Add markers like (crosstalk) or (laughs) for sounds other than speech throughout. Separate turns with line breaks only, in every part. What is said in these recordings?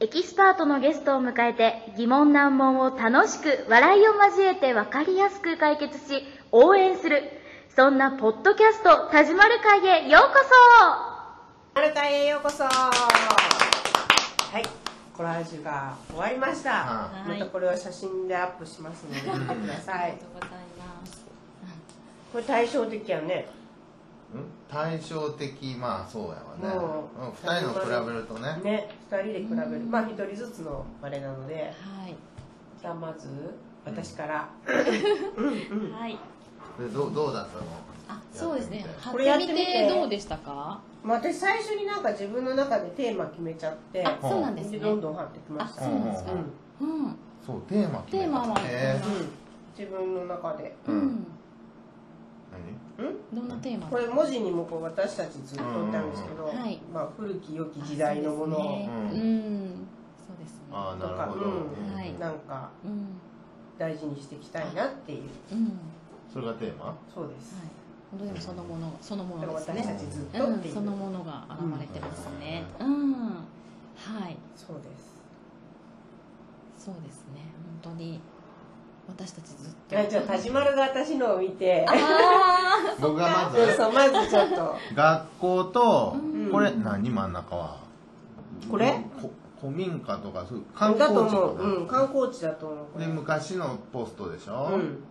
エキスパートのゲストを迎えて疑問難問を楽しく笑いを交えて分かりやすく解決し応援するそんなポッドキャスト「田島る会」へようこ
マルカへようこそはいコラージュが終わりました、
は
ま
い
たこれは写真でアップしますので見てください
ありがとうございます。
これ対照的やね
ん対照的まあそうやわね、
もう
うん、2人の比べるとね
ね2人で比べるまあ1人ずつのあれなので
はい。
じゃあまず私から、
はい。
でどうどうだったの
あ、そうですね。貼
これやっ
ってて
み
み
て
てどうでしたか？
まあ、私最初になんか自分の中でテーマ決めちゃって
あ、そうなんです
で
ね。
どんどん貼ってきま
あ、
し
そ
た
うなんです
う
か
ん、う。
ん
ん
うん。
そうテーマ決めた
テーマは
え
自分の中で
ー、
う
うん
ん。
何
どんなテーマ？
これ文字にもこう私たちずっといたんですけど、
うんはい
まあ、古き良き時代のもの
あそう
を
ですね
う
うん。そうですね。
ああ
と
な
か
るほど、
うん
うん
はい
なんか
うん。
大事にしていきたいなっていう
うん。はい。
それがテーマ
そうです、
本当にそのものそのも
だか
の
ら
です
私た
ね。
ちずっと
う
っ
ん
てい。う、
そのものが現れてますね。
う
うん。はい。
そうです
そうですね。本当に私たちずっと。
あじゃあ田島るが私のを見て
あ
僕がま
そう
ず
そうまずちょっと
学校と、
うん
これ何真ん中は
これ
こ古民家とかそういう観
だ
光
と
地
思
と
う、
か、
うん、観光地だと思うこれ
で昔のポストでしょ、
うん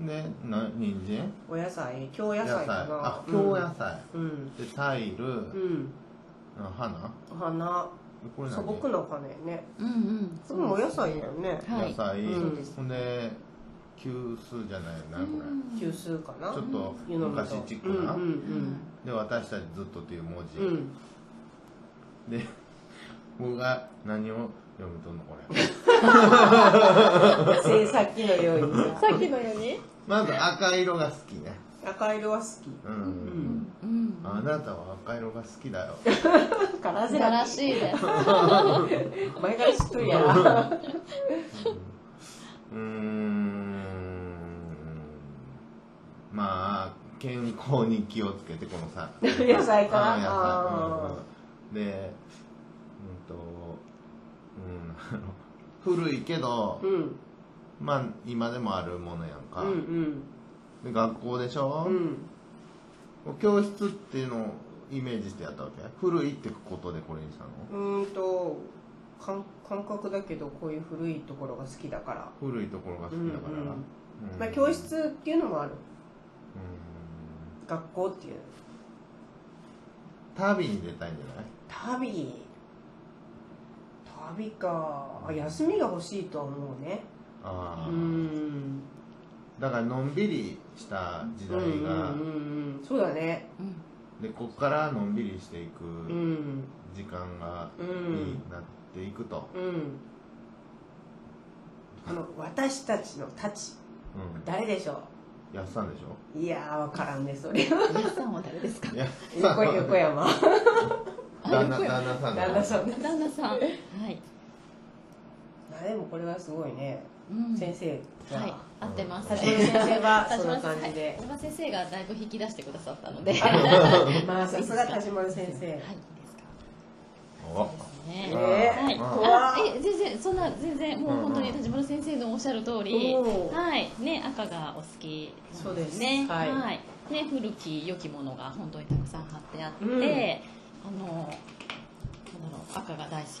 でな人参
お野菜京野菜か
あ
な
京野菜、
うん
でタイル、
うん、
あ花
お花
これ何
素朴なお花やね
あ。うんうん。
すごいお野菜だよね
は
野
い。
菜、
うん
ほんで急須じゃないなこれ、
急須かな
ちょっと
湯飲みと
昔チックな、
うん
で私たちずっとという文字、
うんうん
で僕が何を読みとんのこれ
うん制作機のようにさ
さっきのように。
まず赤色が好きね
赤色は好
うん、
ん
うん。
あなたは赤色が好きだよ
きカラ
素
ゼ
晴
ラ
らしいです。
前から知っとるやん
うーんまあ健康に気をつけてこのさ
野菜かな
あー
あ
野菜、うんうん、でうんと、うんあの、古いけど、
うん
まあ今でもあるものやん
う
か、
んうん
で学校でしょ
う、ん
教室っていうのをイメージしてやったわけ古いってことでこれにしたの
うーんと感感覚だけどこういう古いところが好きだから、
古いところが好きだから、
うんうん
うん
まあ、教室っていうのもある
うん
学校っていう
旅に出たいんじゃない
旅旅かあ休みが欲しいとは思うねう
ああ、
ん
だからのんびりした時代
うん
が、
うんうんそうだね
う
で
ん
こっからのんびりしていうく
ん
時間が
う
に
ん
なっていくと、
うんあの私たちの「たち
うん」
誰でしょ
やっさんでしょ
ういやーわからんねそれは
皆さんは誰ですか。
や
横横山
旦那旦那さん
旦那さんね
旦那さん。はい。
あでもこれはすごいね、
うん
先生が、
はい。合ってます。
田島先生
(laughs)
は
田
そ
島
の感じ
はい
で
小川先生がだいぶ引き出してくださったので。はい。
まあさすが田島先生、
いいですか。
お
そうですね。
え
はい。
うん
怖
あ、え、全然、そんな、全然、もう本当に田島先生のおっしゃる通り。
おー
はい、ね、赤がお好きな
そうんで
ですすね。
はい
はい、ね、古き良きものが本当にたくさん貼ってあって、
うん
あの。なんだろう、赤が大好きっ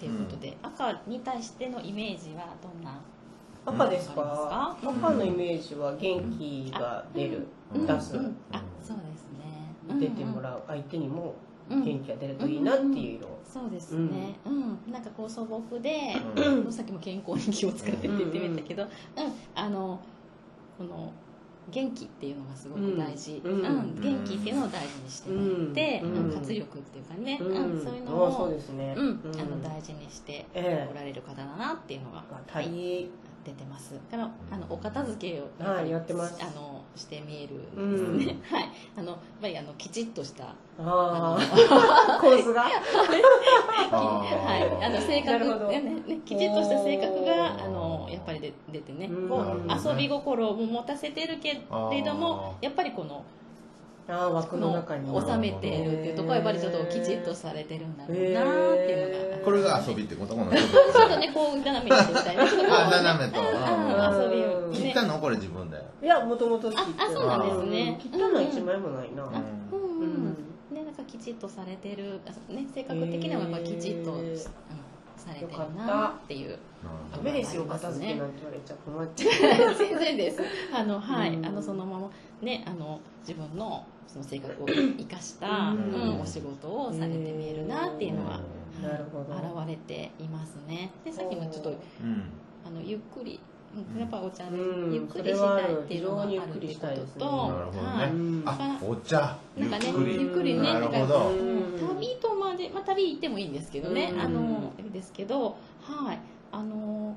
ていうことで、赤に対してのイメージはどんな。
赤ですか
ん
赤のイメージは元気が出る、
うん
出す、
うんあ、そうですね。
出ても
う。
らう相手にも
うん
元気が出るといいなっていう色、
そうですね、うんなんかこう素朴で、
うん
もうさっきも健康に気を使ってって言ってみたけど、うんあのこの元気っていうのがすごく大事、
う
うんん
うん
元気っていうのを大事にしてもらって、
うん
うん活力っていうかね、うんそういうの
あそう
を
ですね、
うんあの大事にして
え
お
え
られる方だなっていうのが、
まあ
はい
大
出てますだからあのお片付けを
はい
ぱり
やってます
あのして見える
うんん、
ですね、はいあのやっぱりあのきちっとした
あ
あの
あコースが
はい、あの性
なるほど
格、ねね、きちっとした性格
お
が
ー
あのやっぱりで出てね
うん
こ
なるほ
う
どね
遊び心を持たせてるけれども
あー
やっぱりこの
ああ枠の中に
収めているっていうところはやっぱりちょっときちっとされてるんだろうなーっていうのが、
これが遊びってことこのちょっ
ちょっとねこう斜めにしてみたいなちょっとこう
あ斜めと、
ん
うん遊びを
うん
ね
切ったのこれ自分で、
いやもともと切ってた
ああ
そうなんです
ね
うん切ったのは一枚もないな、
う
あうん
う
んうんんでなんかきちっとされてるあね性格的にはやっぱきちっと、
へー
うんされてるなーっていう
ダメですよ片付けなんて言われちゃ困っちゃう
全然ですあのはい、
うん
あのそのままねあの自分のその性格を生かした、
う
うんんお仕事をされて見えるなっていうのは、
うんなるほど
現れていますねでさっきもちょっと
うん
あのゆっくりうんやっぱお茶で
うん
ゆっくりしたいっていうのがあ
それはある
るっていうことと、
なるほどね、
はい
うん
あお茶
な
ゆ
ん
っ
かね
くり
ゆっくりね
なるほ
な
ど
うん
旅とまで、まあ、旅行ってもいいんですけどね、
うん
あのですけどはいあの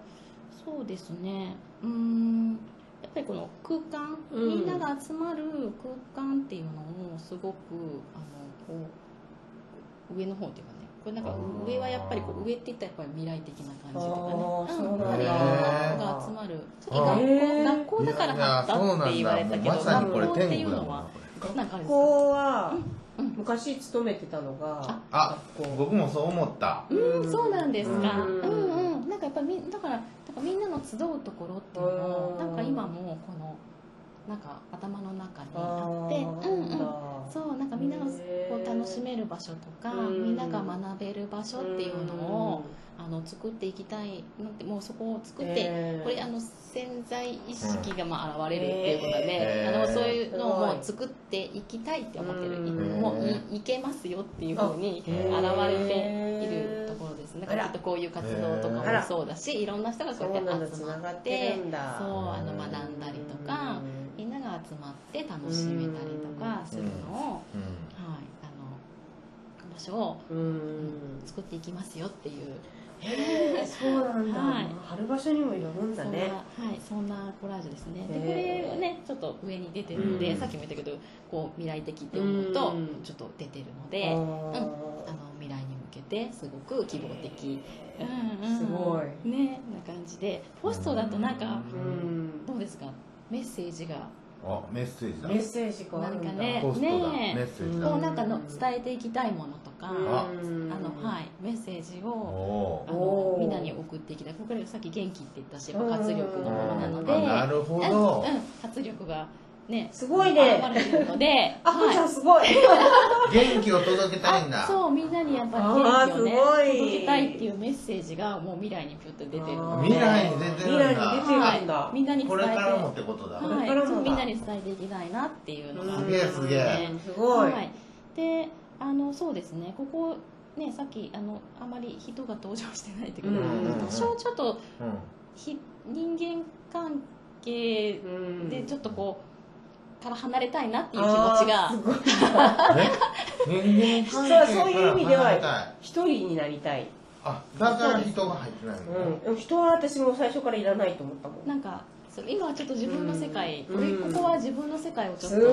そうですねうーんやっぱりこの空間、
うん
みんなが集まる空間っていうのをすごくあのこう上の方っていうかねこれなんか
あー
上はやっぱりこう上っていったらやっぱり未来的な感じと
あー
かね、
そう
なんだ
が集まるそれ学
へー
校学校だからあったって言われたけど、
いやいやそうなんだもうまさに
学
こ
校
れ
ってい
天
う
国だも
の
ん
は
なこれ
なんかある
学
んですか
校は
うん
昔勤めてたのが
あ
学校
僕もそう思った
うん、そうなんですか。
う
うんん、うん、なんかやっぱりみだから、だからみんなの集うところっていうの
う
を
ん
なんか今もこの。なんか頭の中に
あ
あ
ー
って、うんうん、そう、なんかみんなが
へ
こ
ー
う楽しめる場所とか、
うん
みんなが学べる場所っていうのを。あの作っていきたいのって、もうそこを作って。
へー
これあの潜在意識がまあ現れるっていうことで、
へー
あのそういうのを
す
も
ごいう
作っていきたいって思ってる、
うん
もういいけますよっていうふうに
へ
現
ー
れているところですね。
あ
き
ら
っとこういう活動とかも
あら
そうだし、いろんな人が
そ
そう
うな
や
ん
っ
だ
て集
つ
ま
なが
っ
って
て
るん、だ
そうあの学んだりとか、みんなが集まって楽しめたりとかするのを、はい、
うん
あの場所を
うんうん
作っていきますよっていう。
へーそうなんだ
はい
春場所にもよるんだね
そんなはい、そんなコラージュですね。で、こ
へー
れをね、ちょっと上に出てるんで、
うん
さっきも言ったけど、こう未来的って思うと
うん、
ちょっと出てるの
あ
で、あ
ー
の未来に向けてすごく希望的、うんうん、
すごい
ねな感じでポストだとなんか
うん
どうですかメッセージが
あメッセージだ
メッセージがあるんだ
なんかね
ポストだ
ねえ
メッセージ
うん
だ
こうなんかの伝えていきたいものとか、
うん
あ
あのはいメッセージ
お
を
お
あ
ー
お
の
ー
みんなに送っていきたいこれさっき元気って言ったしやっぱ活力のものなので
あなるほど
うんうん活力がね
すごいね
現れてるので
あこちゃんすごい
元気を届けたいんだ
あそうみんなにやっぱり元気をね
あーすごい
届けたいっていうメッセージがもう未来にプッと出てるので
未来に出てる
未
んだ
来に出てるんだ
はい、みんなに伝
こ
え
れ
て
からもってことだ、
こ
は
れ
い、
からもだ
そうみんなに伝えていきたいなっていうのがあ
す
る
げえすげえ
うんすごい
はい、であのそうですねここねさっきあのあまり人が登場してないっていうか、
うん
多少ちょっ
う
と
ん
ひ人間関係
うん
でちょっとこうから離れたいなっていう気持ちが
あーすごい
ね人間関係か
そう
ら離れたい
そういう意味では一人になりたい
あだから人が入ってないのね、
うんでも人は私も最初からいらないと思ったもん
なんかそう今はちょっと自分の世界、
うん
これ
うん
ここは自分の世界をちょっと
すごいち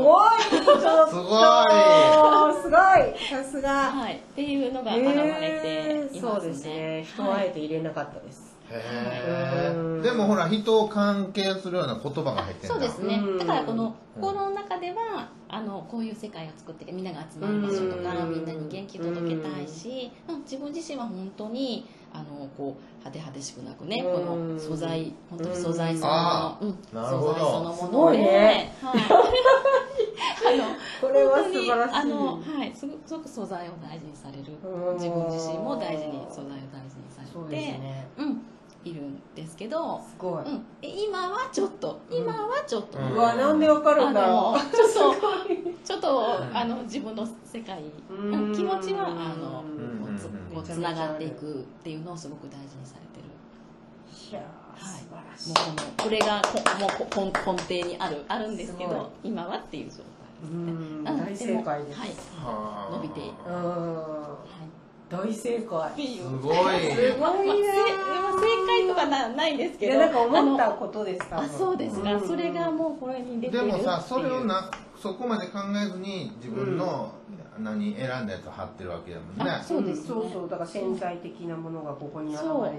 ょっと
(laughs) すごい
すごいさすが
はい、っていうのが現れていま
そう
すね,、
ですね人はあえて入れなかったです、
へ
う
え
ん
でもほら人を関係するような言葉が入ってるんだ
そうですね
うん
だからこの心の中ではあのこういう世界を作ってみんなが集まる場所とか
うん
みんなに元気を届けたいし、うん自分自身は本当にあのこう派手派手しくなくね
うん
この素材本当に素材そのもの、うん
なるほど
素材そのも
すご
の
い
で、
ね
はい、あの
これは
本当
(laughs) 素
に
晴らしい
あの、はい、すごすごく素材を大事にされる
うん
自分自身も大事に素材を大事にさ
そうで
れて
すね
うん、いるんですけど、
すごい、
うん、え今はちょっと今はちょっと、
う
うんわなんでわかる
あ
んだろ
の
う
ちょっとちょっとあの自分の世界、うん気持ちはあ
う
の
ん
こうつこうつながっていくっていうのをすごく大事にされてる。
いやー
はい
素晴らしい
もうこのこれがこもうこ根根底にあるあるんですけ
すごい
ど今はっていう状態です
う。
ねうんん
大正解
で
です
もはい。
はあ
伸びていく
うん大正解
はい。
すご
す
い
まあ
ごい
せ
ね
まあ正解とかなないんです
い
け
や
ど。
なんか思っ
あ
た
の
ことです多
あ
分
そうですか、
うん
それがもうこれに出て
で
るってい
も
う
さそれをなそこまで考えずに自分の何選んだやつを貼ってるわけだもんね
あそうですね、
そうそうだから潜在的なものがここに現れて
はい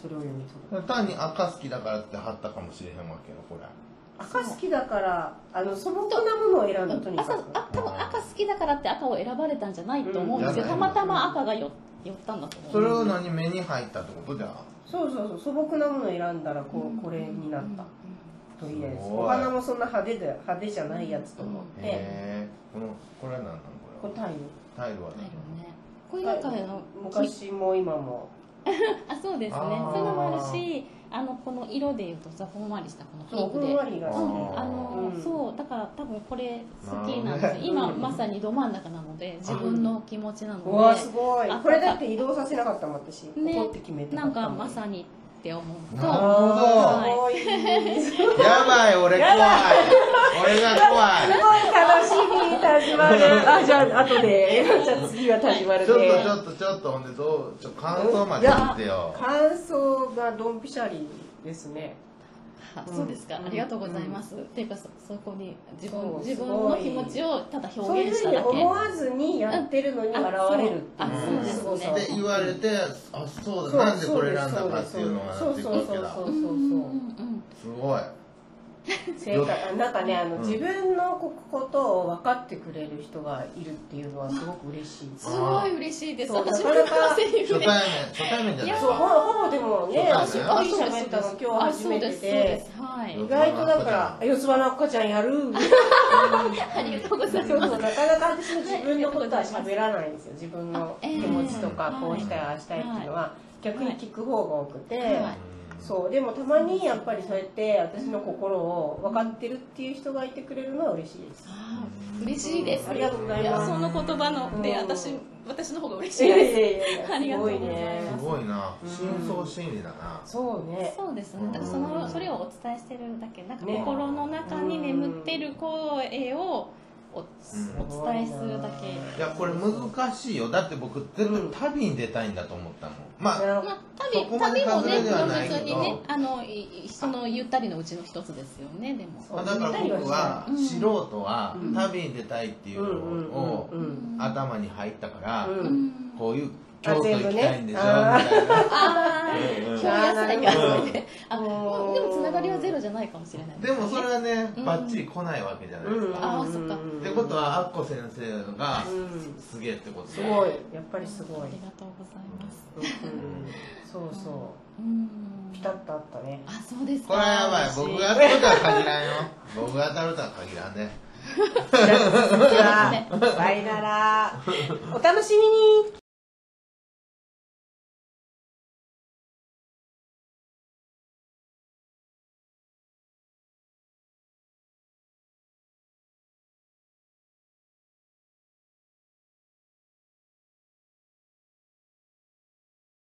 それを読み取る
単に赤好きだからって貼ったかもしれへんわけよこれ
赤好きだからあの素朴なものを選んだとにか
赤
く
あ多分赤好きだからって赤を選ばれたんじゃないと思うんですよ、
うん
たまたま赤がよ寄ったんだと思う
それを何目に入ったってことじゃあ
そうそうそう素朴なものを選んだらこ
うん
うこれになったとりあえず
すごい
お花もそんな派手で派手じゃないやつと思って
へえこのこれは何なの
こ
こ
れ
れ
タイ
タイルは
だ
何
よ
なの
ねこういう中での
ム昔も今も
あそうですね
あ
そう
ー
いうのもあるしあのこの色でいうとさほんわりしたこの
そうふ
ピンク
ん
で
わりが
う
好
んあの
うん
そうだから多分これ好きな
なる
んですよ
ほどね
今まさにど真ん中なので自分の気持ちな
きうわす
の
ごい
あ
これだって移動させなかったもん私こ
ね
こって決めて
でなんかまさにって思うと
なる
あーす
ほ
ごいすごい
やばい俺怖い俺が怖い
楽しみ始ま
(laughs)
るあじゃあ後でじゃあ次は始まる
ちょっ
で
とちょっとちょっとほんでどうちょ感想まで言ってよ
感想がドンピシャリですね
あそうですか、
うん
ありがとうございます、っていうかそそこに自
そう
分自分
すご
の
い
気持ちをただ
そう
表
いう
現し
ふう
た
に
だけ
思わずにやってるのに現れるって
あ
いうす
そう
ご
です
さ
ね
で言われてあそう
そ
だ
う
なんでこれ選んだかっていうのがなってくるけ
そう
ど
そうそうそう
うん
すごい
正解あなんかねあの、
うん
自分のこことを分かってくれる人がいるっていうのはすごく嬉しい
すごい嬉しいです
そう
私
な
も
かなか
セリフ
初
で
対面初対面じゃない
いや
そうほほぼでもね
あ
あそ
そ
うう
です
喋ったの今日初めてで
あそうですそうですはい
うん
意外とだから「四つ葉の赤ちゃん
(laughs)
やる」
ありがとうござい
そう
ま
そう
す
なかなか私も自分のことは喋らないんですよ自分の気持ちとか、
あええ
こうしたいああしたいっていうのは逆に聞く方が多くて、
は
そうでもたまにやっぱりそうやって私の心を分かってるっていう人がいてくれるのは嬉しいです
あー嬉しいです
ありがとうござい
や
ます
その言葉ので
うん
私私の方が嬉し
い
い
やい
で
やいやいや
ありが
す
とう
ごい
ござい
ね
ます
ごいな
うん
深層心理だな
そうね
すそうですねだからそのそれをお伝えしてるだけなんか
ね
心の中に眠ってる声をお
ん
お伝えするだけ
いやこれ難しいよだって僕全部旅に出たいんだと思ったのまあ
な
まあ、
そこ
旅
まで
旅も
外れ
ね、
で
で
は
も
ないけ
別
ど
にね、あのいいそのゆったりのうちの一つですよね、でも。
まあだから僕は
うん
素人は
うん
旅に出たいっていうのを
うんうん
頭に入ったから
うん
うん
こういう京都
あ全
行
部ね
きたいんでしょみ
あー
たいな
あ
うんうん
あ、表現したい表現したいあ
うん
まあでもつながりはゼロじゃないかもしれないす
で
ね
もそれはね
うん
バッチリ来ないわけじゃないですか
あーそっか
ってことはアッコ先生が
うん
すげえってこと
す
で
ごいやっぱりすご
あ
い、
りがとうございます。
うんそうそううんピタッとあった (laughs) ね
あ、そうですか。
これはやばい
嬉し
僕が当たるとは限らんよ僕が当たるとは限らん
(laughs)
ね (laughs)
じゃあさよならお楽しみに